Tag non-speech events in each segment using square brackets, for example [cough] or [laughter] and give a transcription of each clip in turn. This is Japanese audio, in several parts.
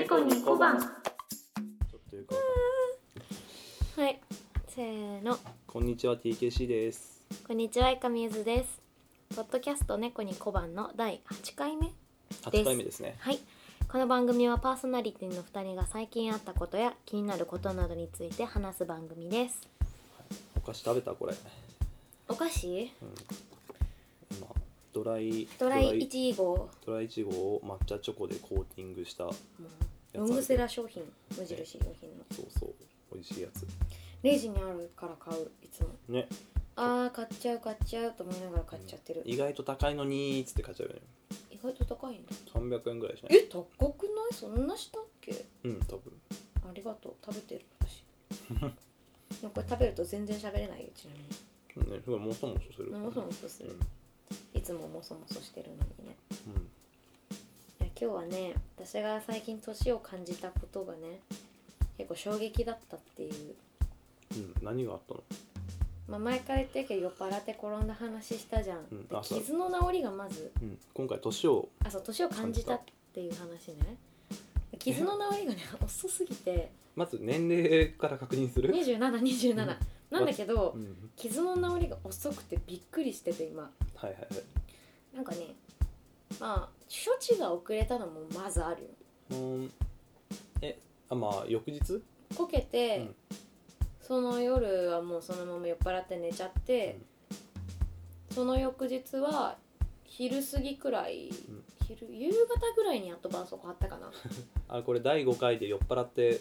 番ちょっとよくわかんはいせーのないこんにちは TKC ですこんにちはいかみゆずですポッドキャスト猫に小判の第8回目8回目ですねはいこの番組はパーソナリティの2人が最近あったことや気になることなどについて話す番組ですお菓子食べたこれ、お菓子うん、今ドライドライイチゴもドライイチゴを抹茶チョコでコーティングしたうロングセラー商品無印良品のそうそう美味しいやつレジにあるから買ういつもねあー買っちゃう買っちゃうと思いながら買っちゃってる意外と高いのにーっつって買っちゃうよね意外と高いね300円ぐらいしないえ高くないそんなしたっけうん多分ありがとう食べてる私 [laughs] でもこれ食べると全然喋れないよちなみにねすごいもそもそするもそもそするいつももそもそしてるのにねうんうんいや今日はね私が最近年を感じたことがね結構衝撃だったっていう、うん、何があったのまあ、前から言ってるけど酔っ払って転んだ話したじゃん、うんであそう傷の治りがまずうん、今回年をあそう年を感じたっていう話ね傷の治りがね遅すぎてまず年齢から確認する、 2727うんなんだけどうん、傷の治りが遅くてびっくりしてて今はいはいはいなんかねまあ処置が遅れたのもまずあるようんえあまあ翌日こけて、うんその夜はもうそのまま酔っ払って寝ちゃって、その翌日は昼過ぎくらい、ん昼夕方ぐらいにやっと絆創膏貼ったか [laughs] なあこれ第5回で酔っ払って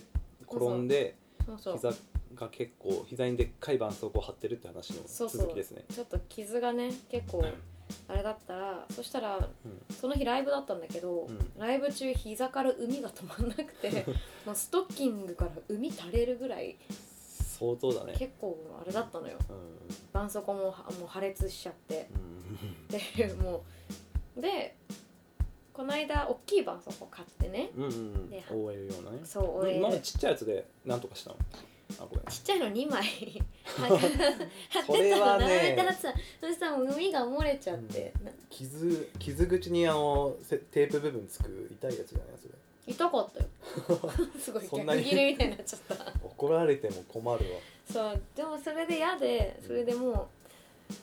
転んでそうそう膝が結構膝にでっかい絆創膏を張ってるってそ話のうそう続きですねちょっと傷がね結構あれだったらそしたらうんその日ライブだったんだけど、うんライブ中膝から海が止まんなく [laughs] てもうストッキングから海垂れるぐらい相当だね結構あれだったのようん絆創膏もはもう破裂しちゃってでもうでこの間大きい絆創膏買ってねうんうんうんで覆えるようなねそう俺今までちっちゃいやつで何とかしたのあこれちっちゃいの2枚貼って [laughs] それたのは並べて貼っねてたそしたらもう海が漏れちゃって、な傷傷口にあのせテープ部分つく痛いやつじゃないそれ痛か [laughs] ったよすごいそんな逆に切れみたいになっちゃった怒られても困るわそうでもそれで嫌でそれでもう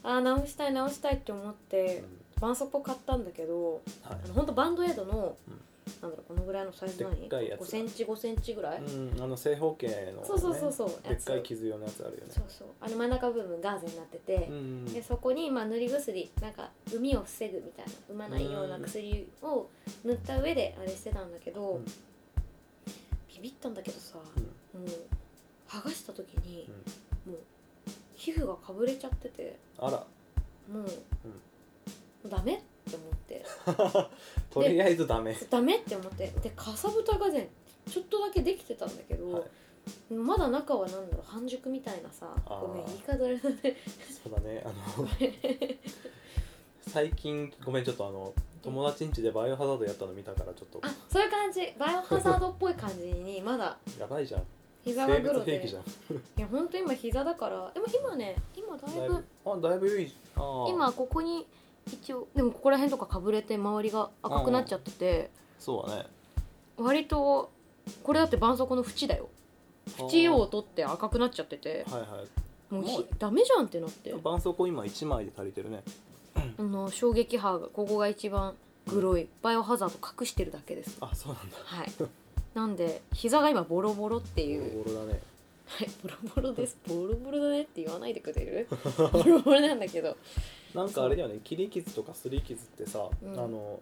ああ直したい直したいって思っうてん絆創膏買ったんだけどはいあの本当バンドエイドの、うんなんだろうこのぐらいのサイズでっ何かいやつ5センチ5センチぐらい、うん、あの正方形の、ね、そうそうそうそうでっかい傷用のやつあるよねそうそうあの真ん中部分ガーゼになってて、んでそこにまあ塗り薬なんか膿を防ぐみたいな生まないような薬を塗った上であれしてたんだけど、うんビビったんだけどさ、うんもう剥がした時に、もう皮膚がかぶれちゃっててあらもう,、もうダメって思って [laughs] とりあえずダメダメって思ってでかさぶたがねちょっとだけできてたんだけど、はいまだ中はなんだろう半熟みたいなさあーごめん言い方あれだねそうだねあの最近ごめんちょっとあの友達ん家でバイオハザードやったの見たからちょっとあそういう感じバイオハザードっぽい感じ [laughs] にまだやばいじゃん膝が生グロ物で兵器じゃんいや本当今膝だからでも今ね今だだいいぶぶあだいぶいいあー今ここに一応でもここら辺とかかぶれて周りが赤くなっちゃっててそうだね割とこれだって絆創膏の縁だよ縁を取って赤くなっちゃっててあーはいはいもうひもうダメじゃんってなってでも絆創膏今1枚で足りてるねあの衝撃波がここが一番グロいバイオハザード隠してるだけですあそうなんだはいなんで膝が今ボロボロってボいうロボロだねはいボロボロですボロボロだねって言わないでくれ [laughs] るボロボロなんだけどなんかあれだよね切り傷とかすり傷ってさ、うんあの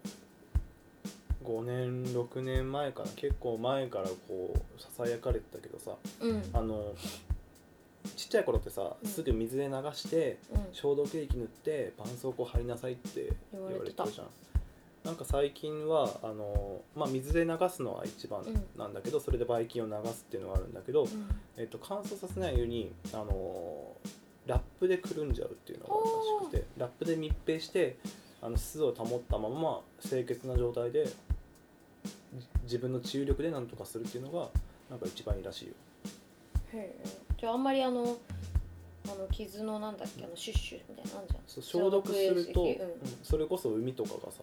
5年6年前かな結構前からこうささやかれてたけどさうんうんあのちっちゃい頃ってさうんすぐ水で流して消毒液塗って絆創膏貼りなさいって言言わわれれててたたじゃんなんか最近はあの、まあ、水で流すのは一番なんだけど、それでばい菌を流すっていうのがあるんだけど、うんえっと、乾燥させないようにあのラップでくるんじゃうっていうのがあるらしくてラップで密閉してあの湿度を保ったまま清潔な状態でじ自分の治癒力でなんとかするっていうのがなんか一番いいらしいよへえじゃああんまりあのあの傷のなんだっけあのシュッシュみたいなのあんじゃんそう消毒すると、消毒液うんそれこそ海とかがさ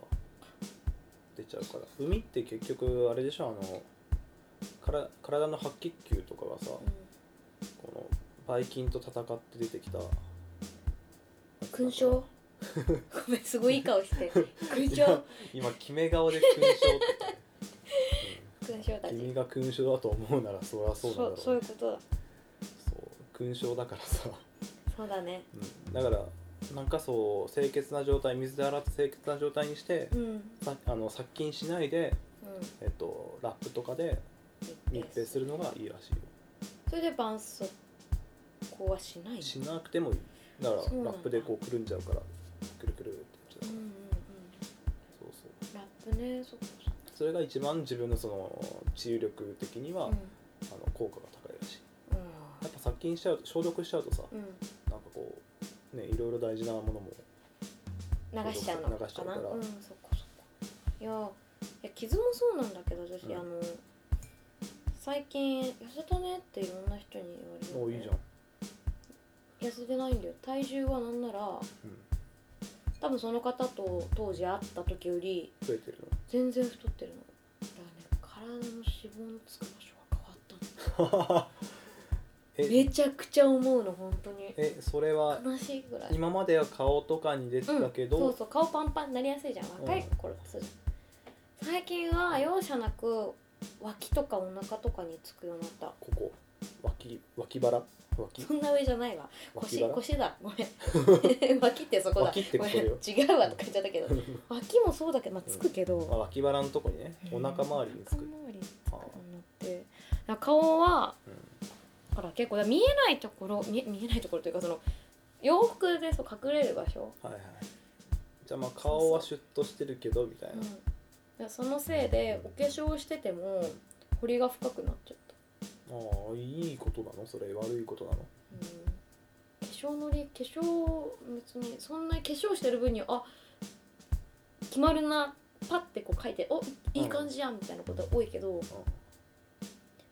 出ちゃうから海って結局あれでしょあのから体の白血球とかがさ、うんこのばい菌と戦って出てきた勲章ごめんすごいいい顔して勲章今決め顔で勲章って言った勲 [laughs] 章たねうん君ちが勲章だと思うならそりゃそうなんだそろううそういうことだそう勲章だからさ、そうだねうん、だからなんかそう清潔な状態水で洗って清潔な状態にしてう、んうんさあの殺菌しないで、えっと、ラップとかで密閉するのがいいらしいよそれで絆創膏はしないのしなくてもいいだからラそうなんだップでこうくるんじゃうからくるくるっうてやんつうだんうんラそうそうップねそこそそれが一番自分のその治癒力的には、こあの効果が高いらしいやっぱ殺菌しちゃうと消毒しちゃうとさ、うん、うんなんかこうねいろいろ大事なものも流しちゃうのかな流しちゃうからうんそこそこいやいや傷もそうなんだけど私、うんあの最近痩せたねっていろんな人に言われるものうねいいじゃん、痩せてないんだよ体重はなんならうん、多分その方と当時会った時より増えてる [laughs] 全然太ってるのだからね体の脂肪のつく場所が変わったののえめちゃくちゃ思うの本当にえそれは悲しいぐらい今までは顔とかに出てたけど、そうそう顔パンパンになりやすいじゃん若い頃ってそうじゃん最近は容赦なく脇とかお腹とかにつくようになったここ脇脇腹脇そんな上じゃないわ脇腰腰だごめん [laughs] 脇ってそこだ脇ってここごめん [laughs] よ違うわとか言っちゃったけど [laughs] 腹脇もそうだけど、まあ、つくけど、まあ脇腹のとこにねお腹周りにつく、お腹周りにつああくようになってだから顔はうんだから結構だから見えないところ見え見えないところというかその洋服でそう隠れる場所、はいはいじゃあまあ顔はシュッとしてるけどみたいな、うん、だからそのせいでお化粧してても彫りが深くなっちゃった、ああいいことなのそれ悪いことなのうん、化粧のり化粧別にそんなに化粧してる分にはあ決まるなパッてこう書いておいい感じやんみたいなことが多いけど、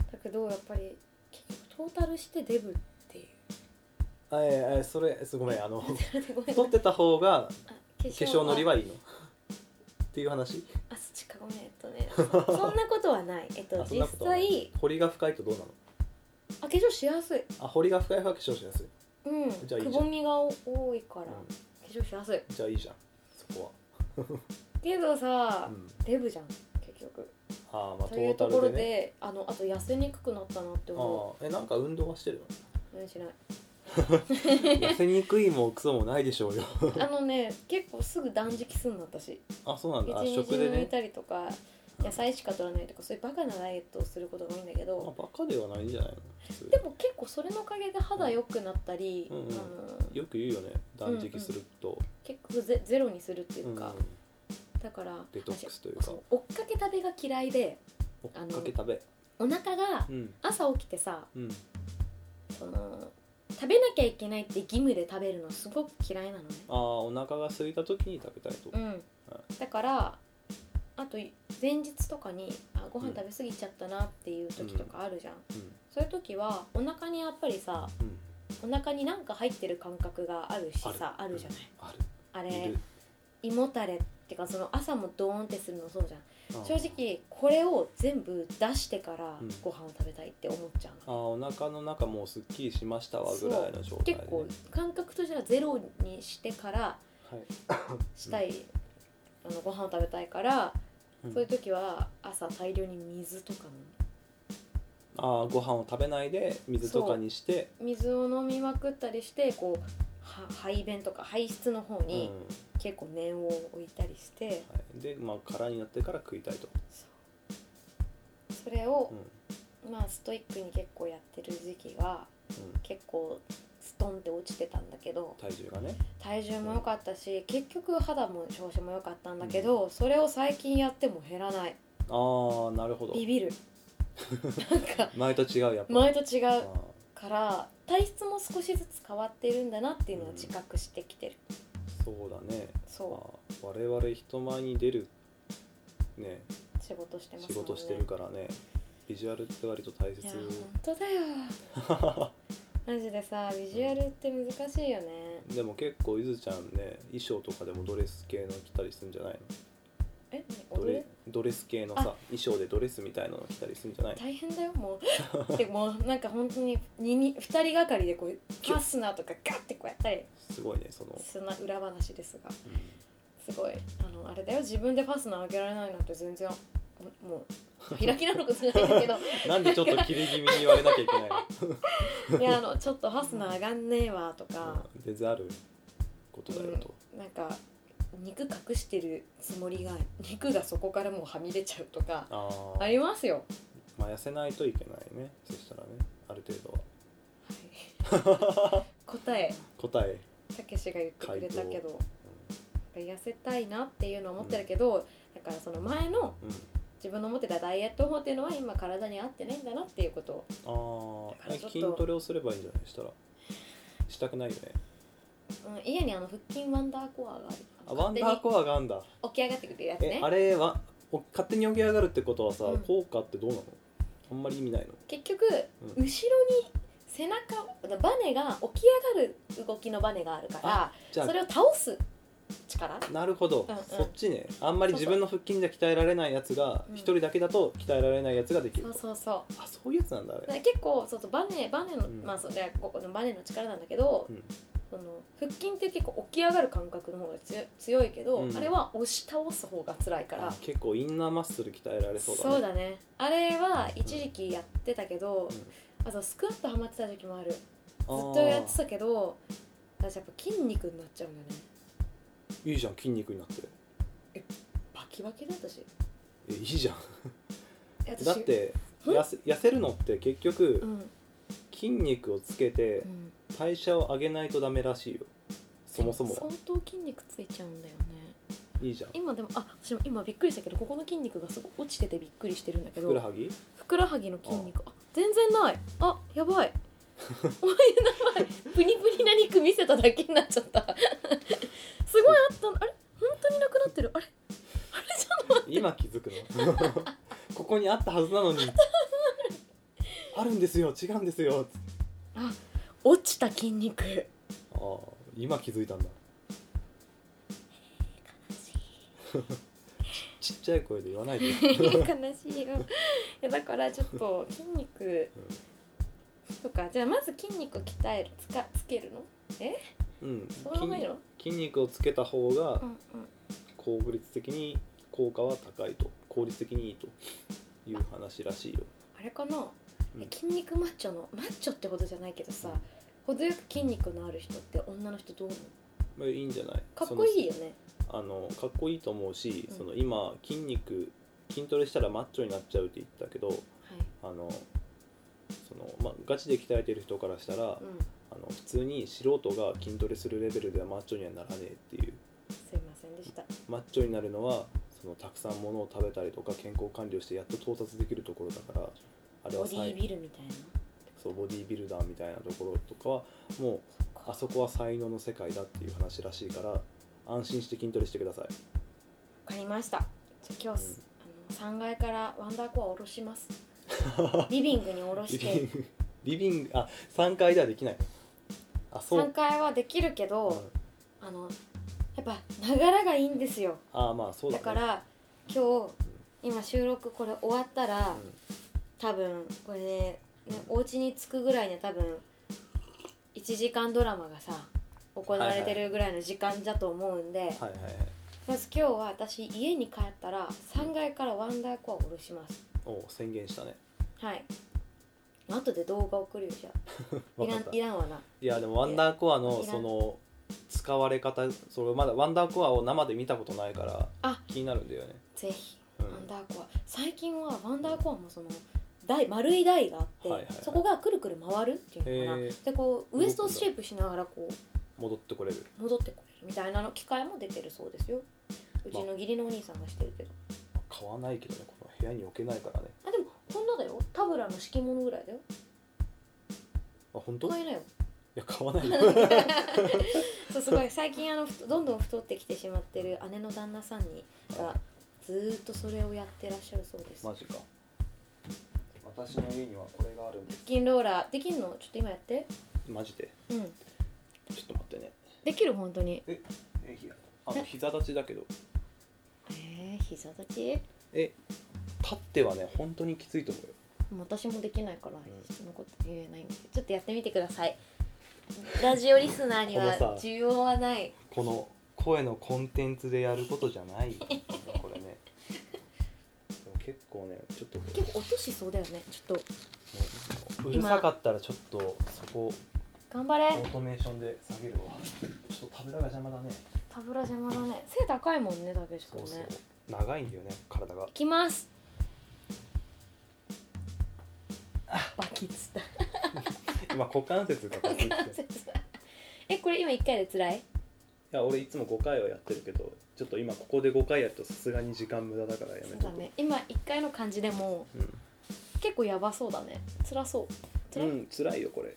だけどやっぱり結局トータルしてデブって [laughs] いうあええそれすごめんあのごめん太ってた方が [laughs] あ化粧のりはいいのっていう話あそっちかごめんえっと [laughs] ねそんなことはないえっとあそん実なことはない際彫りが深いとどうなのあ化粧しやすいあ彫りが深い方が化粧しやすい、うんじゃあいいじゃくんぼみが多いから、うん化粧しやすいじゃあいいじゃんそこけどは、さ、うん、デブじゃん結局、ああまあトというータところルで,、でねあのあと痩せにくくなったなって思ああえなんか運動はしてる [laughs] う何しないの痩せにくいもクソもないでしょうよあの [laughs] ね結構すぐ断食すんの私あそうなん一だあ日食抜でいねたりとか、野菜しか取らないとかそういうバカなダイエットをすることが多いんだけまあど、バカではないんじゃないの普通でも結構それのおかげで肌良くなったり、うんうんあのよく言うよね断食すると、結構ゼゼロにするっていううんか、だからデトックスという私そかう追っかけ食べが嫌いで追っかけ食べお腹がうん朝起きてさうんその食べなきゃいけないって義務で食べるのすごく嫌いなのねああお腹が空いた時に食べたいと、うんだからあと前日とかにあご飯食べ過ぎちゃったなっていう時とかあるじゃん、うんそういう時はお腹にやっぱりさうん、お腹になんか入ってる感覚があるしさあるじゃない、ああるいれる胃もたれってかその朝もドーンってするのそうじゃんああ正直これを全部出してからうんご飯を食べたいって思っちゃうのあーお腹の中もうすっきりしましたわぐらいの状態で結ね、構感覚としてはゼロにしてからはいしたい、あのご飯を食べたいから、うんそういう時は朝大量に水とか飲むああご飯を食べないで水とかにして水を飲みまくったりしてこうは排便とか排出の方う、んに結構念を置いたりして、はい、で、まあ、空になってから食いたいと、そうそれをうん、うんまあストイックに結構やってる時期は結構ストンって落ちてたんだけど体重がね体重も良かったし結局肌も調子も良かったんだけど、それを最近やっても減らないああなるほどビ [laughs] ビるなんか前と違うやっぱ前と違あうから体質も少しずつ変わってるんだなっていうのを自覚してきてる、ーそうだね、まそあ、我々人前に出るねう仕事してます仕もんね事してるからねビジュアルって割と大切いや本当だよマジでさビジュアルって難しいよね [laughs] でも結構ゆずちゃんね衣装とかでもドレス系の着たりするんじゃないのえド踊レるドレス系のさ衣装でドレスみたいなの着たりするんじゃない大変だよもうでもうなんか本当ににに二人がかりでこうファスナーとかガッてこうやったりすごいねその、そんな裏話ですがうんすごいあのあれだよ自分でファスナー開けられないなんて全然ももう開きなのかもしれないんだけど [laughs] なんでちょっと切れ気味に言われなきゃいけないのいやあのちょっとファスナー上がんねえわと [laughs] か、うん出ざることだよと、なんか肉隠してるつもりが肉がそこからもうはみ出ちゃうとかあーあります [laughs] よ、まあ痩せないといけないねそしたらねある程度ははい答え答え、たけしが言ってくれたけどう痩せたいなっていうのは思ってるけど、だからその前のん自分の持ってたダイエット法っていうのは今体に合ってないんだなっていうことをうん、あだからあちょっと筋トレをすればいいんじゃないしたらしたくないよねうん、家にあの腹筋ワンダーコアがあるあワンダーアコアがあんだ起き上がってくるやつえ、ねあれはお勝手に起き上がるってことはさ、うん効果ってどうなのあんまり意味ないの結局、う後ろんに背中バネが起き上がる動きのバネがあるかじらゃそれを倒す力あなるほど、うんうんそっちねあんまり自分の腹筋じゃ鍛えられないやつがうん一、人だけだと鍛えられないやつができるそうそうそあそういうやつなんだあうだかれら結構そうそうバネバネの、うんまあそれはここのバネの力なんだけど、うんその腹筋って結構起き上がる感覚の方がつよ強いけど、うんあれは押し倒す方が辛いからあ結構インナーマッスル鍛えられそうだねそうだねあれは一時期やってたけど、うあとスクワットハマってた時もあるずあーっとやってたけど私やっぱ筋肉になっちゃうんだよねいいじゃん筋肉になってるバキバキだ私えいいじゃんえ私だってうん痩せ痩せるのって結局うん、筋肉をつけてうん代謝を上げないとダメらしいよそもそもは相当筋肉ついちゃうんだよねいいじゃん今でもあ私も今びっくりしたけどここの筋肉がすごい落ちててびっくりしてるんだけふどくらは [laughs] ぎふくらはぎの筋肉あ全然ないあやばいお前やばいプニプニな肉見せただけになっちゃったすごいあったのあれ本当になくなってるあれあれじゃ今気づく [laughs] のここにあったはずなのにあるんですよ違うんですよつって落ちた筋肉悲ああ今気づいたんだしいちっちゃい声で言わないで [laughs] 悲しいよいやだからちょっと筋肉とかじゃあまず筋肉鍛えるつかつけるのうんそのままいいの筋筋肉をつけた方がうん効率的に効果は高いと効率的にいいという話らしいよあれかな、うん筋肉マッチョのマッチョってほどじゃないけどさ程よく筋肉のある人って女の人どう思うまあいいんじゃないかっこいそのいよねあのかっこいいと思うし、うんその今筋肉筋トレしたらマッチョになっちゃうって言ったけどあのその、まあ、ガチで鍛えてる人からしたら、はい、あうん、の普通に素人が筋トレするレベルではマッチョにはならねえっていうすいませんでしたマッチョになるのはそのたくさんものを食べたりとか健康管理をしてやっと到達できるところだからあれボはデさィーいビルみたいなそうボディービルダーみたいなところとかはっもうかあそこは才能の世界だっていう話らしいから安心して筋トレしてください。わかりましたじゃあ今日す、あの3階からワンダーコア下ろしますリビングに下ろリしビてング [laughs] リビングあ3階ではできないあそう3階はできるけど、うんあのやっぱながらがいいんですよあまあそうだ,、だね、から今日今収録これ終わったら、うん多分これねねお家に着くぐらいには多分1時間ドラマがさ行われてるぐらいの時間だと思うんで、はいはいはいまず今日は私家に帰ったら3階からワンダーコアを下ろしますお宣言したねはい後で動画送るよじゃあいわらかっんたいいらんわなやでもワンダーコアいのらその使われ方それまだワンダーコアを生で見たことないからあ気になるんだよね、ぜひうんワンダーコア最近はワンダーコアもその台丸い台があって、はいはいはいそこがくるくる回るっていうのかへなーでこうウエストシェイプしながらこう戻ってこれる戻ってこれるみたいなの機械も出てるそうですようちの義理のお兄さんがしてるけど買わないけどねこの部屋に置けないからねあでもこんなだよタブラの敷物ぐらいだよあ本当い買えなよや買 [laughs] わないそうすごい最近あのふとどんどん太ってきてしまってる姉の旦那さんにがずーっとそれをやってらっしゃるそうですマジか私の家にはこれがあるんです腹筋ローラーできんのちょっと今やってマジでうんちょっと待ってねできる本当にえひあの膝立ちだけどえー、膝立ちえ立ってはね本当にきついと思うよもう私もできないから人のこと言えないんでちょっとやってみてくださいラジオリスナーにはこのさ需要はないこの声のコンテンツでやることじゃないこれねでも結構ねちょっと結構落としそうだよねちょっとうるさかったらちょっとそこ頑張オれートメーションで下げるわちょっと食べたが邪魔だねタブラ邪魔だね背高いもんねだけしかそねうそう長いんだよね体が [laughs] いきますバキッつった [laughs] 今股関節がバツっていえこれ今1回で辛いや俺いつも5回はやってるけどちょっと今ここで5回やるとさすがに時間無駄だからやめそうとだこね今1回の感じでもう、結構やばそうだね辛そうう辛ん、いうん、辛いよこれ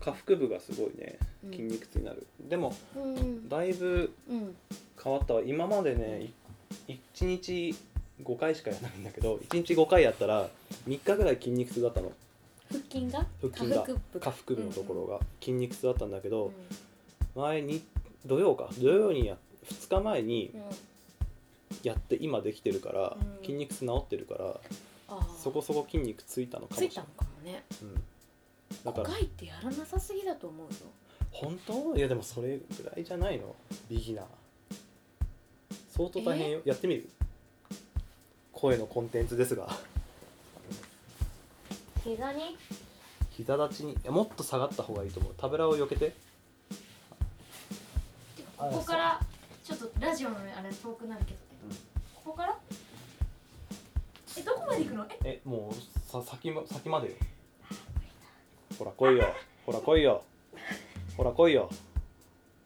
下腹部がすごいねうん筋肉痛になる、でもうんだいぶうん変わったわ今までね1日5回しかやらないんだけど1日5回やったら3日ぐらい筋肉痛だったの腹筋が腹筋が下腹部下腹部のところが筋肉痛だったんだけうんど、前に土曜か土曜にや2日前にうんやって今できてるから、うん筋肉痛治ってるからあーそこそこ筋肉ついたのかもしつれいないたのかもねうん、だ5から回ってやらなさすぎだと思うよ本当いやでもそれぐらいじゃないのビギナー相当大変よやってみる声のコンテンツですが膝に膝立ちにいやもっと下がった方がいいと思うタブラを避けてあここからちょっとラジオのあれ遠くなるけど、うんここからえどこまで行くのええもうさ先ま先までよほら来いよほら来いよほら来いよ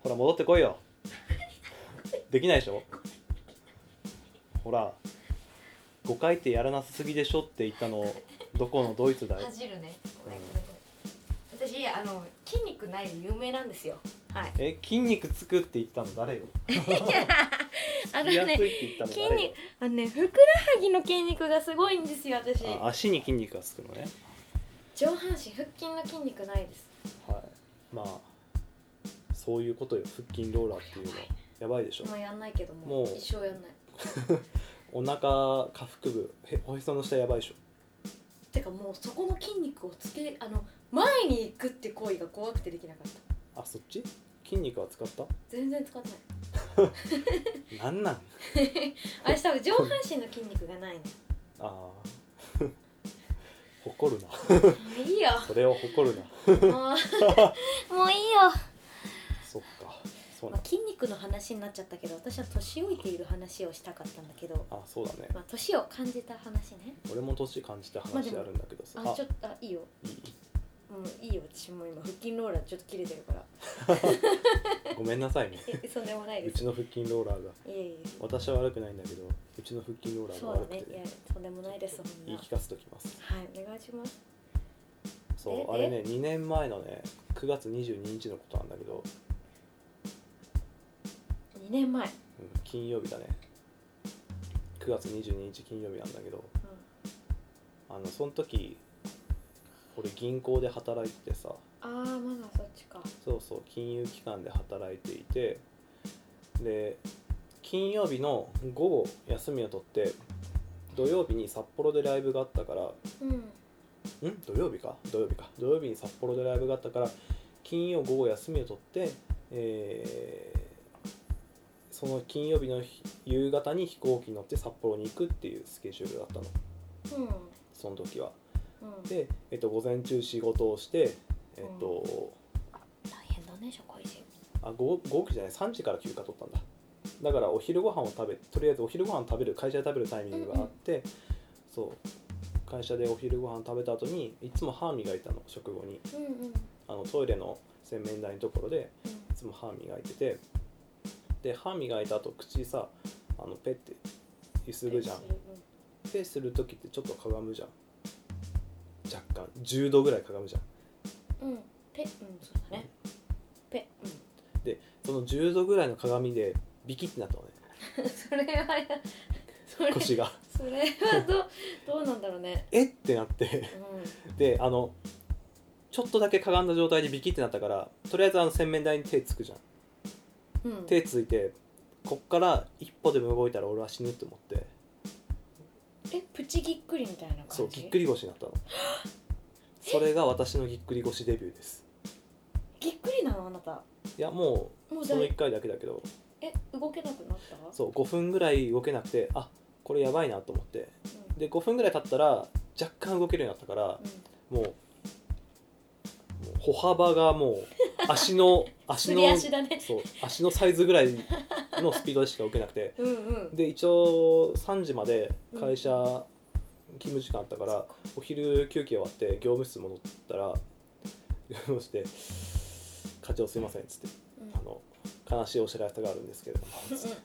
ほら戻って来いよできないでしょほら5回ってやらなさすぎでしょって言ったのどこのドイツだよ恥じるねごめんごめんごめん私あの筋肉ないで有名なんですよはいえ筋肉つくって言ったの誰よあのつきやすねいって言ったの筋誰肉よあのねふくらはぎの筋肉がすごいんですよ私あ足に筋肉がつくのね上半身腹筋の筋肉ないですはいまあそういうことよ腹筋ローラーっていうのやばいでしょもうやんないけどももう一生やんないお腹下腹部へおへその下やばいでしょてかもうそこの筋肉をつけあの前に行くって行為が怖くてできなかったあそっち筋肉は使った全然使ってないなんなんあれ多分上半身の筋肉が [laughs] ないのあー [laughs] 誇るなもういい [laughs] よそれを誇るなもうもういいよ、そっかそうまなあ、筋肉の話になっちゃったけど私は年老いている話をしたかったんだけど、あそうだねまあ、年を感じた話ね俺も年感じたまあ話でもあるんだけどさ、あちょっとあいいよいいもういいよ私も今腹筋ローラーちょっと切れてるからごめんなさいね [laughs] えそんでもないうですちの腹筋ローラーがいえいえ私は悪くないんだけどうちの腹筋ローラーそがうだ悪くねて、いやとんでもないですそん言ない聞かせときますはいお願いしますそうあえれね2年前のね9月22日のことなんだけど、 2年前、うん、うん金曜日だね9月22日金曜日なんだけどあのその時俺銀行で働いててさあーまだそっちかそうそう金融機関で働いていてで金曜日の午後休みを取って土曜日に札幌でライブがあったからうんん土曜日か土曜日か土曜日に札幌でライブがあったから金曜午後休みを取って、えーその金曜日の日夕方に飛行機に乗って札幌に行くっていうスケジュールだったのうんその時はうんで、えっと、午前中仕事をしてえっと、大変だね社会人あ午後午後じゃない3時から休暇取ったんだだからお昼ご飯を食べとりあえずお昼ご飯食べる会社で食べるタイミングがあって、そう会社でお昼ご飯食べた後にいつも歯磨いたの食後にうんうんあのトイレの洗面台のところでいつも歯磨いててで歯磨いた後口さあのペッてゆすぐじゃんペッする時ってちょっとかがむじゃん若干10度ぐらいかがむじゃんうんうんペうんそうだねペうその10度ぐらいの鏡でビキってなったのんねそれはそれ腰が [laughs] それはどうどうなんだろうねえってなってうであのちょっとだけかがんだ状態でビキってなったからとりあえずあの洗面台に手つくじゃんんうん手ついてこっから一歩でも動いたら俺は死ぬって思ってえプちぎっくりみたいな感じそうぎっくり腰になったのそれが私のぎっくり腰デビューですぎっくりなのあなたいやももううそだのい1回だけだけどえ動けなくなったそう5分ぐらい動けなくてあこれやばいなと思ってうんで5分ぐらい経ったら若干動けるようになったからうもうもう歩幅がも [laughs] う足のん、足すのり足だねそう足のサイズぐらいのスピードでしか動けなくてうんうんで一応3時まで会社勤務時間あったから、お昼休憩終わって業務室戻ったら [laughs] 業務して「課長すいません」っつってうんあの「悲しいお知らせがあるんですけれども」 [laughs] うんつって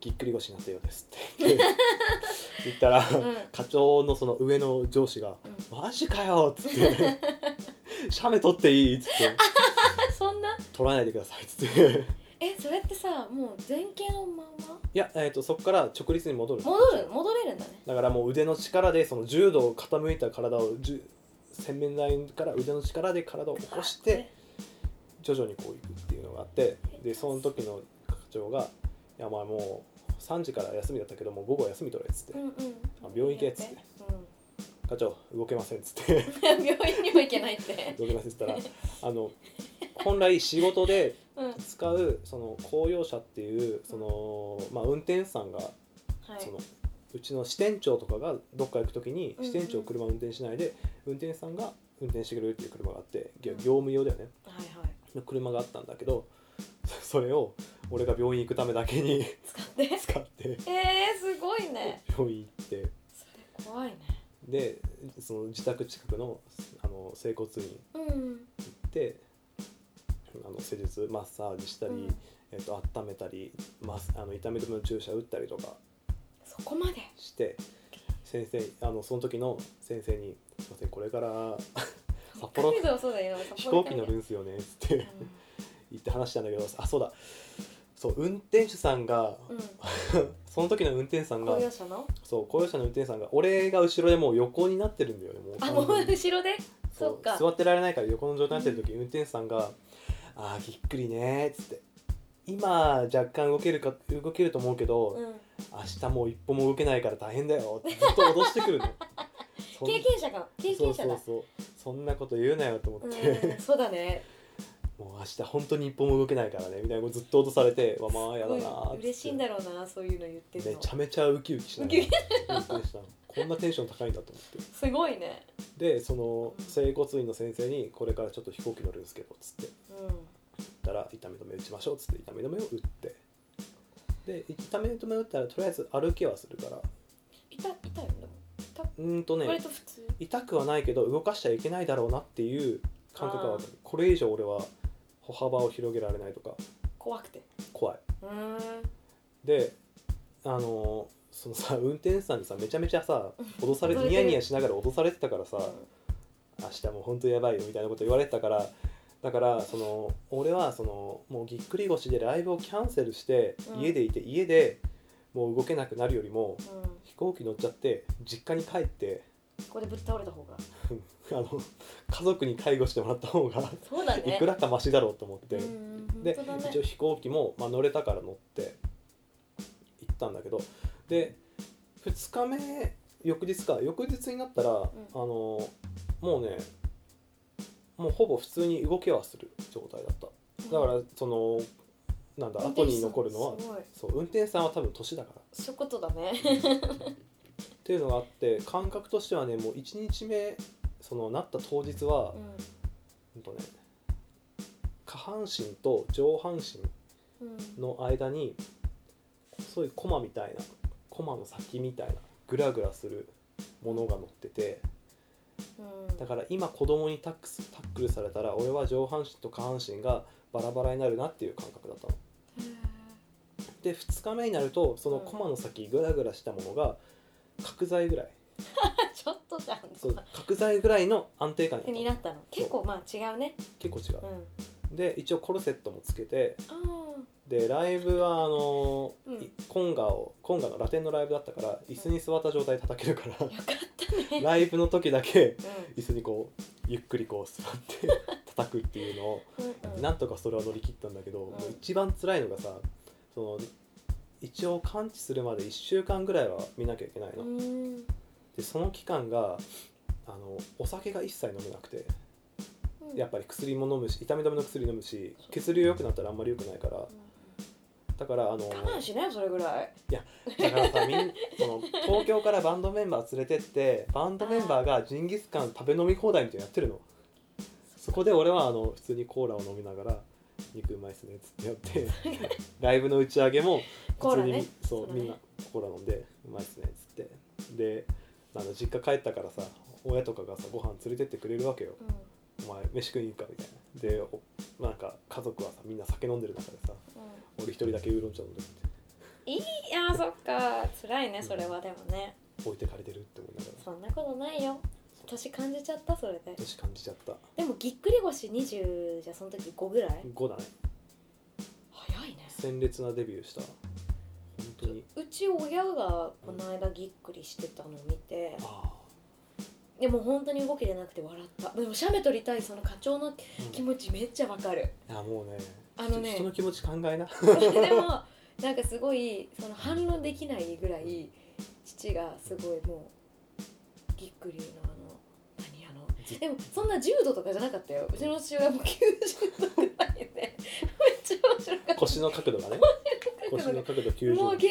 ぎっくり腰になったようです」っ [laughs] て言って言ったら、うんうん課長のその上の上司がうん「マジかよ」っつ [laughs] って「写メ撮っていい」っつってあそんな「撮らないでください」っ [laughs] つって。えそれってさもう前傾のままいや、えー、とそこから直立に戻る戻る戻れるんだねだからもう腕の力でその重度を傾いた体をじゅ洗面台から腕の力で体を起こして徐々にこういくっていうのがあってでその時の課長が「いやまあもう3時から休みだったけどもう午後は休み取れ」っつってうんうんあ病院行けっつってう「課長動けません」っつ [laughs] ってん病院にも行けないって動けませんっつったらあの本来仕事でうんは使うその公用車っていうその、まあ、運転手さんがそいのうちの支店長とかがどっか行く時にうんうん支店長車運転しないで運転手さんが運転してくれるっていう車があって業うん業務用だよねはいはいの車があったんだけどそ [laughs] それを俺が病院行くためだけに使って使っえてー、すごいね病院行ってそれ怖いねでその自宅近くのあの整骨院行うんってあの施術マッサージしたり、うんえっと温めたりマッサあの痛み止めの注射打ったりとかそこまでして先生あのその時の先生に「すいませんこれから札幌北海道そうだよ飛行機乗るうんんすよね」っつってうん [laughs] 言って話したんだけどあそうだそう運転手さんがその時の運転手さんが公用車のそう公用車の運転手さんが俺が後ろでもう横になってるんだよねもうあもう完全に後ろでそそうっか座ってられないから横の状態になってる時、運転手さんが「あーぎっくりね」っつって。今若干動けるか動けると思うけど、うん明日もう一歩も動けないから大変だよってずっと脅してくるのそん経験者か経験者そだうそうそうそんなこと言うなよと思うって、んそうだね [laughs] もう明日本当に一歩も動けないからねみたいなずっと脅されてわまあやだなーうっつってん嬉しいんだろうなそういうの言ってるめのちゃめちゃウキウキしながウキウら運転したのこんなテンション高いんだと思っすごいねてでその整骨院の先生に「これからちょっと飛行機乗るんですけど」っつってうん言ったら「痛み止め打ちましょう」っつって痛み止めを打ってで痛み止め打ったらとりあえず歩けはするから痛痛いよでもうーんとね割と普通痛くはないけど動かしちゃいけないだろうなっていう感覚はわかるこれ以上俺は歩幅を広げられないとか怖くて怖いうーんであのーそのさ運転手さんにさめちゃめちゃさ [laughs] 脅されうんてニヤニヤしながら脅されてたからさ明日もう本当やばいよみたいなこと言われてたからだからその俺はそのもうぎっくり腰でライブをキャンセルしてうん家でいて家でもう動けなくなるよりもうんうん飛行機乗っちゃって実家に帰ってここでぶっ倒れた方があの家族に介護してもらった方がそうだいねくらかマシだろうと思って、うんで本当だね一応飛行機も、まあ、乗れたから乗って行ったんだけどで2日目翌日か翌日になったら、あのもうねもうほぼ普通に動けはする状態だっただからそのなんだ運後転手にさん残るのはすごいそう運転手さんは多分年だか [laughs] そういうことだねらっていうのがあって感覚としてはねもう1日目そのなった当日うは、ほんとね下半身と上半身んうんの間にそういうコマみたいなコマの先みたいなグラグラするものが乗っててうんだから今子供にタックスタックルされたら俺は上半身と下半身がバラバラになるなっていう感覚だったの。へで2日目になるとそのコマの先グラグラしたものが角材ぐらいー [laughs] ちょっとじゃんそう角材ぐらいの安定感ににななっったの結構まあ違うねた結構う違んう。で一応コルセットもつけてあーでライブはあのーうんいコンガをコンガのラテンのライブだったから椅子に座った状態で叩けるから、よかったねライブの時だけう椅子にこうゆっくりこう座って叩くっていうのを、んうんうんなんとかそれは乗り切ったんだけど、んもう一番辛いのがさその一応完治するまで1週間ぐらいは見なきゃいけないの、うんでその期間があのお酒が一切飲めなくてやっぱり薬も飲むし痛み止めの薬飲むし血流良くなったらあんまり良くないからだからあ [laughs] の我慢しないそれぐらいだからさみんその東京からバンドメンバー連れてってバンドメンバーがジンギスカン食べ飲み放題みたいなのやってるのそこで俺はあの普通にコーラを飲みながら「肉うまいっすね」っつってやって [laughs] ライブの打ち上げもコー普ラ通ねに、そそううだねみんなコーラ飲んで「うまいっすね」っつってであの実家帰ったからさ親とかがさご飯連れてってくれるわけようん「お前飯食いに行くか」みたいなでおなんか家族はさみんな酒飲んでる中でさうん俺一人だけウーロン茶飲んでていやーそっか辛いねそれはでもね置いてかれてるって思いながらそんなことないよ年感じちゃったそれで年感じちゃったでもぎっくり腰20じゃその時5ぐらい5だね早いね鮮烈なデビューした本当にうち親がこの間ぎっくりしてたのを見てあでも本当に動きでなくて笑ったでも写メ撮りたいその課長のあ、気うん持ちめっちゃわかるあもうねあのね人の気持ち考 [laughs] えなでもなんかすごいその反論できないぐらい父がすごいもうぎっくりのあの何あのずでもそんな重度とかじゃなかったようちの父親も90度くらいでめっちゃ面白かった腰の角度 [laughs] がね腰の角度90もう度90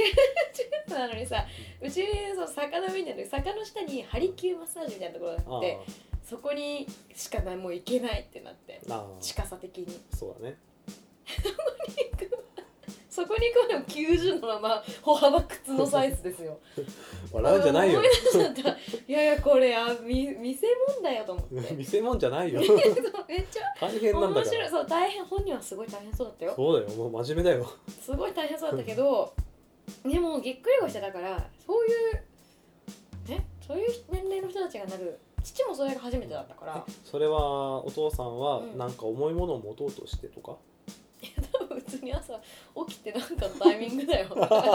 度なのにさうちその坂の上にある坂の下にハリキューマッサージみたいなところがああってそこにしかないもう行けないってなってあああ近さ的にそうだねそこに行くのも90のまま歩幅靴のサイズですよ笑うんじゃないよ思い出しちゃったいやいやこれあみ見せ物だよと思って [laughs] 見せ物じゃないよそうめっちゃ大変なんだ面か白いらそう大変本人はすごい大変そうだったよそうだよもう真面目だよすごい大変そうだったけどでもぎっくり腰だからそういうねそういう年齢の人たちがなる父もそれが初めてだったからえそれはお父さんはうんなんか重いものを持とうとしてとか、多分普通に朝起きてなんかのタイミングだよなんか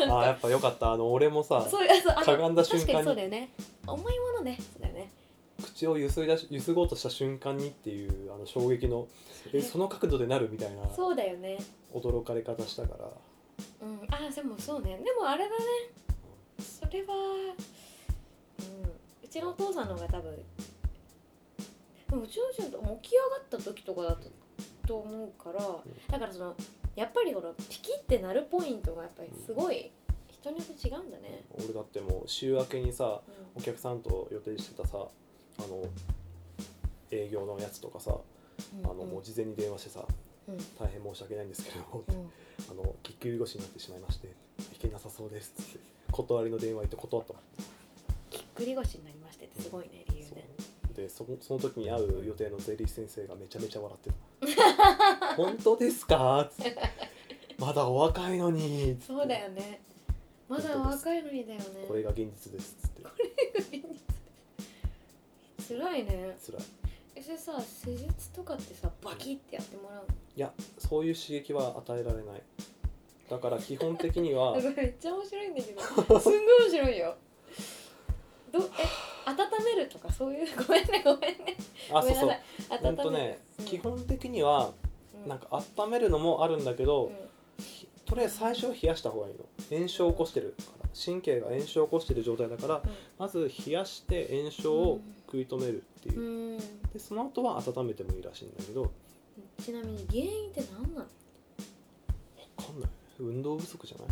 [laughs] ああやっぱよかったあの俺もさそういうあかそうあがんだ瞬確か間にそうにだよね重いものねそうだよね口をゆすいだしゆすごうとした瞬間にっていうあの衝撃のえその角度でなるみたいなそうだよね驚かれ方したからうんあでもそうねでもあれだねそれはうんうちのお父さんの方が多分でもうちの父と起き上がった時とかだったと思うからだからそのやっぱりこのピキってなるポイントがやっぱりすごい人によって違うんだね、俺だってもう週明けにさうんお客さんと予定してたさあの営業のやつとかさあのもう事前に電話してさうんうん「大変申し訳ないんですけれど [laughs] も」うんあのぎっくり腰になってしまいまして「いけなさそうです」っつって断りの電話行って断ったのぎっくり腰になりましてってすごいね理由そねうでそその時に会う予定のゼリー先生がめちゃめちゃ笑って [laughs] た「本当ですか?」っつって「まだお若いのに」っつってそうだよねまだ若いのにだよねこれが現実です」っつって [laughs] 辛いね辛いえそれさ施術とかってさバキってやってもらうのいやそういう刺激は与えられないだから基本的 [laughs] にはこれめっちゃ面白いんだけ [laughs] どすんごい面白いよどえ温めるとかそういう [laughs] ごめんねごめんねあごそめうなんそうさい温めほんるとねうん基本的にはうんなんか温めるのもあるんだけど、うんひとりあえず最初は冷やした方がいいの炎症を起こしてるから神経が炎症を起こしてる状態だからまず冷やして炎症を食い止めるっていう、うんうんでその後は温めてもいいらしいんだけどちなみに原因って何なの分かんない運動不足じゃない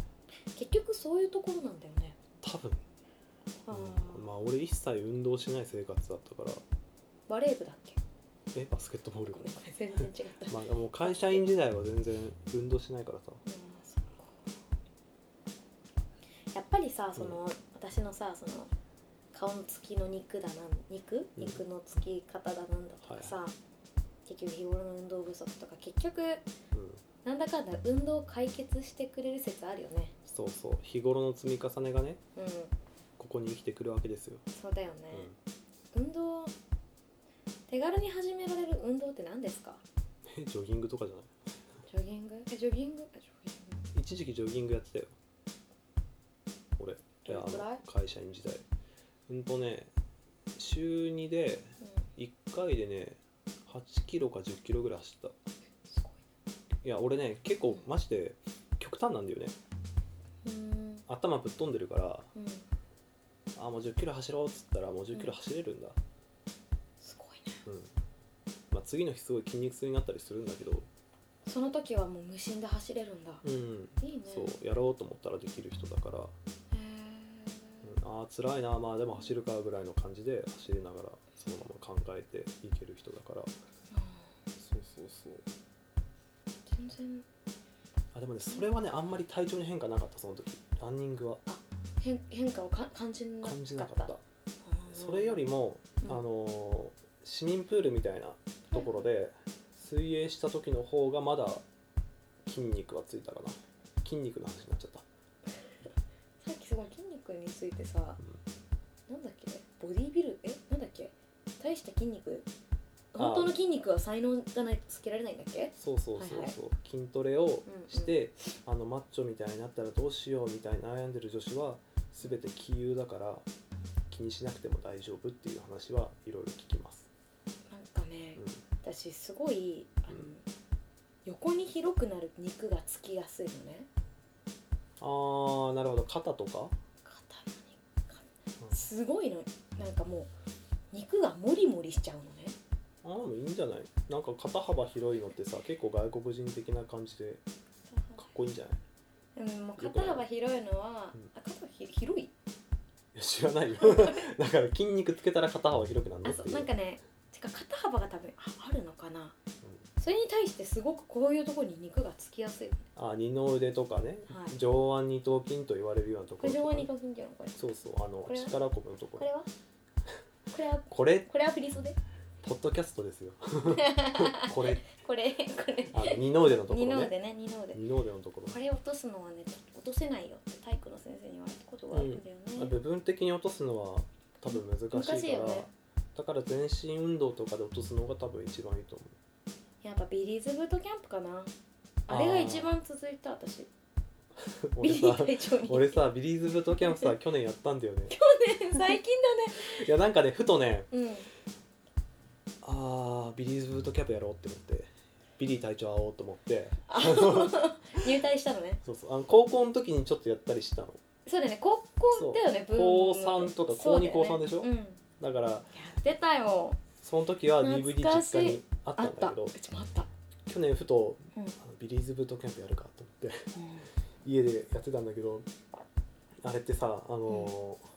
結局そういうところなんだよね多分、あうーんまあ俺一切運動しない生活だったからバレー部だっけえバスケットボールごめんなさい全然違った、まあ、もう会社員時代は全然運動しないからさうんそっかやっぱりさその、私のさその顔のつきの肉だなん肉うん肉のつき方だなんだとかさ、結局日頃の運動不足とか結局うんなんだかんだ運動を解決してくれる説あるよねそうそう日頃の積み重ねがねうんここに生きてくるわけですよ、そうだよね、うん運動手軽に始められる運動って何ですかえジョギングとかじゃなジョギングえジョギングあジョギングい一時期ジョギングやってたよ俺いやどれくらいあの会社員時代うんとね週2でうん1回でね8キロか10キロぐらい走ったすごいいや俺ね結構マジで極端なんだよねうん頭ぶっ飛んでるからうんあもう1 0キロ走ろうっつったらもう1 0キロ走れるんだ、すごいねうんまあ、次の日すごい筋肉痛になったりするんだけど、その時はもう無心で走れるんだうん、いいねそうやろうと思ったらできる人だから、へうん、ああ辛いなまあでも走るかぐらいの感じで走りながらそのまま考えていける人だからーあそうそうそうー全然あでもねそれはねあんまり体調に変化なかったその時ランニングは変変化をか感じなかった感じなかったあーそれよりも、うんあのー市民プールみたいなところで水泳した時の方がまだ筋肉はついたかな筋肉の話になっちゃったさっきすごい筋肉についてさ、なんだっけボディービルえなんだっけ大した筋肉あー本当の筋肉は才能じゃないとつけられないんだっけそうそうそうそう、筋トレをして、あのマッチョみたいになったらどうしようみたいな悩んでる女子は全て杞憂だから気にしなくても大丈夫っていう話はいろいろ聞きます、なんかねうん、私すごいあの、うん横に広くなる肉がつきやすいのねあーなるほど肩とか肩のう肉んすごいのなんかもう肉がモリモリしちゃうのねあーでもいいんじゃないなんか肩幅広いのってさ結構外国人的な感じでかっこいいんじゃないうん、もう肩幅広いのは、うんあ肩ひ広いいや知 [laughs] らないよだから筋肉つけたら肩幅広くなるのあってそいううなんかねてか肩幅が多分ああるのかなそれに対してすごくこういうところに肉がつきやすいあ二の腕とかね、はい上腕二頭筋と言われるようなとここれ上ろとか腕ね、二頭筋っていうのこれそうそうあのこれは力こぶのとこころれはこれはこれこれは振り袖ポッドキャス [laughs] トですよこれこれこれあ二の腕のとこ二のろね腕ね二の腕二の腕のところこれ落とすのはね落とせないよって体育の先生に言われたことがあるんだよね、まあ部分的に落とすのは多分難しいから難しいよねだから全身運動とかで落とすのが多分一番いいと思うやっぱビリーズブートキャンプかなあれが一番続いた私ビ俺リーさ隊長に俺さビリーズブートキャンプさ去年やったんだよね [laughs] 最近いやなんかねふとねだねうんあービリーズブートキャンプやろうって思ってビリー隊長会おうと思ってあの [laughs] 入隊したのねそうそうあの高校の時にちょっとやったりしたのそうだよね高校だよねそう文の時高三とかそうだよね高二高三でしょうんやだからってたよその時は懐 DVD かしい実家にあったあんっだたけどうちもあった、去年ふと [laughs] うんうんあのビリーズブートキャンプやるかと思って [laughs] 家でやってたんだけどあれってさあのー